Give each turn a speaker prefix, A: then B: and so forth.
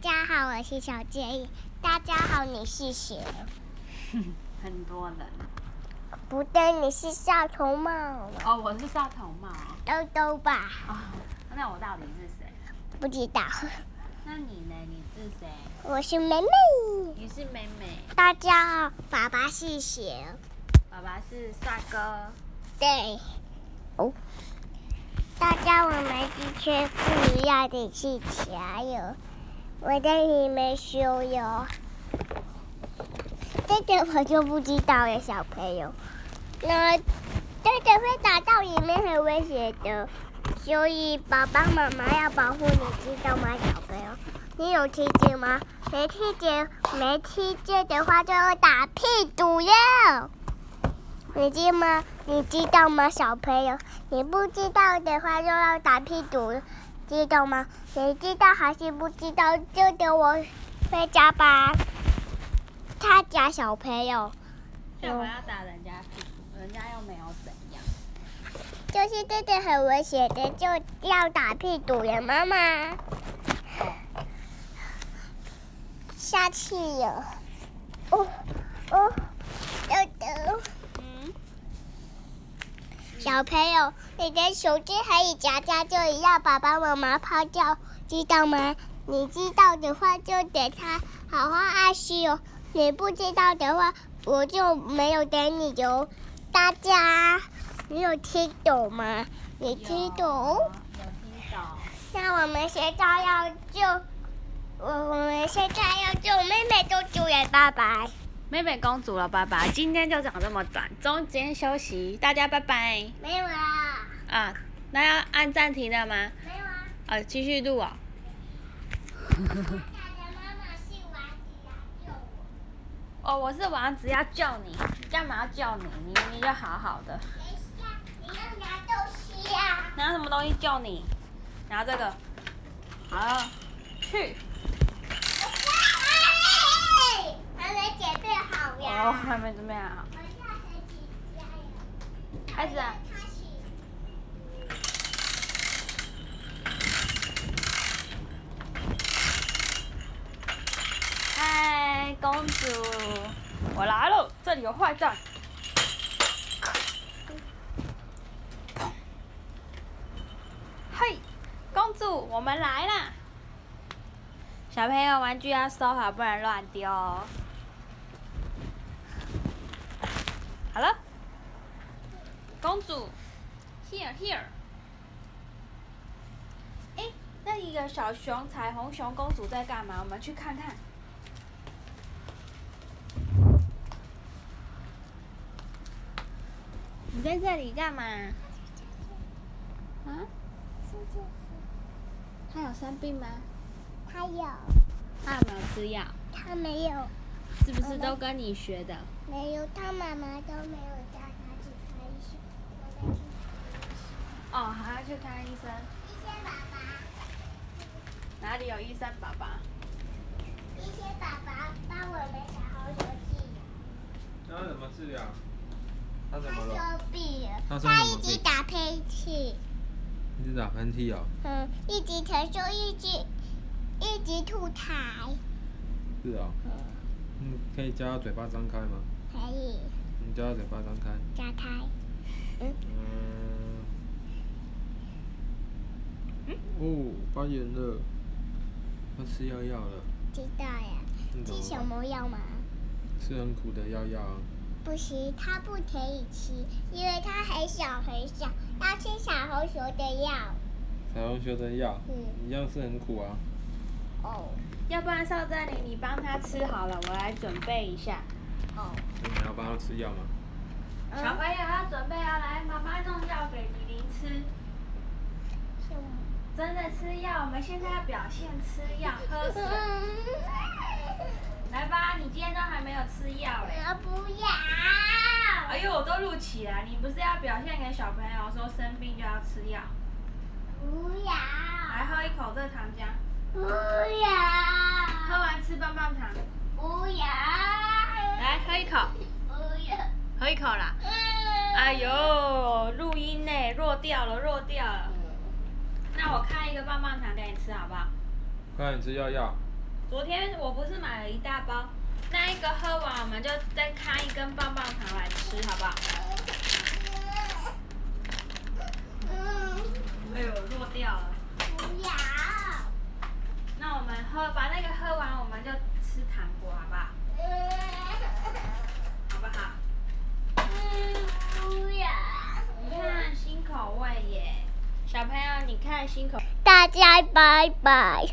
A: 家好，我是小建议。大家好，你是谁？
B: 很多人
A: 不对，你是少头帽
B: 哦，我是少头帽啊、
A: 兜兜吧？
B: 哦 那我到底是谁？
A: 不知道，
B: 那你呢？你是谁？
A: 我是妹妹。
B: 你是妹妹，
A: 大家好，爸爸是谁？
B: 爸爸是帅哥。
A: 对，哦。大家我们今天不一样的事情还有，我带你们修哟。这个我就不知道了，小朋友。那这个会打到里面很危险的，所以爸爸妈妈要保护你，知道吗，小朋友？你有听见吗？没听见，没听见的话就要打屁股哟。你知吗？你知道吗，小朋友？你不知道的话就要打屁股，知道吗？你知道还是不知道，就等我回家吧。他家小朋友
B: 干嘛要打人家屁股？人家又没有怎样。
A: 就是这个很危险的，就要打屁股了，妈妈。下去了，哦哦，要等。
B: 嗯，
A: 小朋友，你的手机还有夹夹就一样，爸爸妈妈抛掉，知道吗？你知道的话就给他好好爱惜哦，你不知道的话我就没有给你哟。大家，你有听懂吗？你听懂？
B: 哦有听懂。
A: 那我们现在要救，我我们现在要救妹妹救主人爸爸。
B: 妹妹公主了，爸爸，今天就讲这么短，中间休息，大家拜拜
A: 没有啊，
B: 啊！那要按暂停了吗？
A: 没有啊。
B: 啊，继续录哦。
A: 大家的妈妈是王子来救我。
B: 哦，我是王子，要救你，你干嘛要救你？你你就好好的，
A: 等一下，你要拿东西呀、
B: 拿什么东西救你？拿这个。好了，去。
A: 啊！还没准备好
B: 哦，
A: 呀。
B: 还没准备好。
A: 我要回姐家呀。
B: 开始啊！
A: 开始。
B: 嗨，公主，我来了，这里有坏蛋。嘿，公主，我们来啦！小朋友，玩具要收好，不能乱丢哦。好了，公主，here here。哎，那里有小熊，彩虹熊公主在干嘛？我们去看看。你在这里干嘛？啊？他有生病吗？
A: 他有，
B: 他有没有吃药？
A: 他没有，
B: 是不是都跟你学的？
A: 没有，他妈妈都没有带他去看医生。我们去
B: 哦，还要去看医生。
A: 医生爸爸，
B: 哪里有医生爸爸？
A: 医生爸爸帮我们小猴游戏。
C: 他怎么治疗？他
A: 他
C: 怎么了？
A: 生病了，
C: 他生
A: 他
C: 什么
A: 一直
C: 病
A: 打喷嚏。
C: 一直打喷嚏哦。
A: 嗯，一直咳嗽，一直一直吐痰，
C: 是哦。嗯，可以叫他嘴巴张开吗？
A: 可以
C: 你叫他嘴巴张开。
A: 加开。
C: 嗯。哦，发炎了，要吃药药了。
A: 知道呀，
C: 你怎
A: 吃什
C: 么了？
A: 么药吗？
C: 吃很苦的药药啊。
A: 不行，它不可以吃，因为它很小很小，要吃小红球的药。
C: 彩虹修的药，
A: 嗯
C: 一样是很苦啊。
A: 哦
B: 要不然少珍妮，你帮他吃好了，我来准备一下。
A: 哦，
C: 你还要帮他吃药吗？
A: 嗯
B: 小朋友要准备啊，来，妈妈弄药给李玲吃。
A: 什么？
B: 真的吃药，我们现在要表现吃药，喝 水。来吧，你今天都还没有吃药哎。
A: 我不要。
B: 哎呦，我都录起来，你不是要表现给小朋友说生病就要吃药？
A: 不要，
B: 来喝一口这糖浆，
A: 不要，
B: 喝完吃棒棒糖。
A: 不要，
B: 来喝一口，
A: 不要，
B: 喝一口啦。哎呦，录音呢，弱掉了，弱掉了。那我开一个棒棒糖给你吃好不好？
C: 快点吃药药。
B: 昨天我不是买了一大包，那一个喝完我们就再开一根棒棒糖来吃，好不好？
A: 嗯，
B: 哎呦，落掉了。
A: 不要。
B: 那我们喝，把那个喝完，我们就吃糖果，好不好？好不好？
A: 嗯，不要。
B: 你看新口 味耶，小朋友，你看新口。
A: 大家拜拜。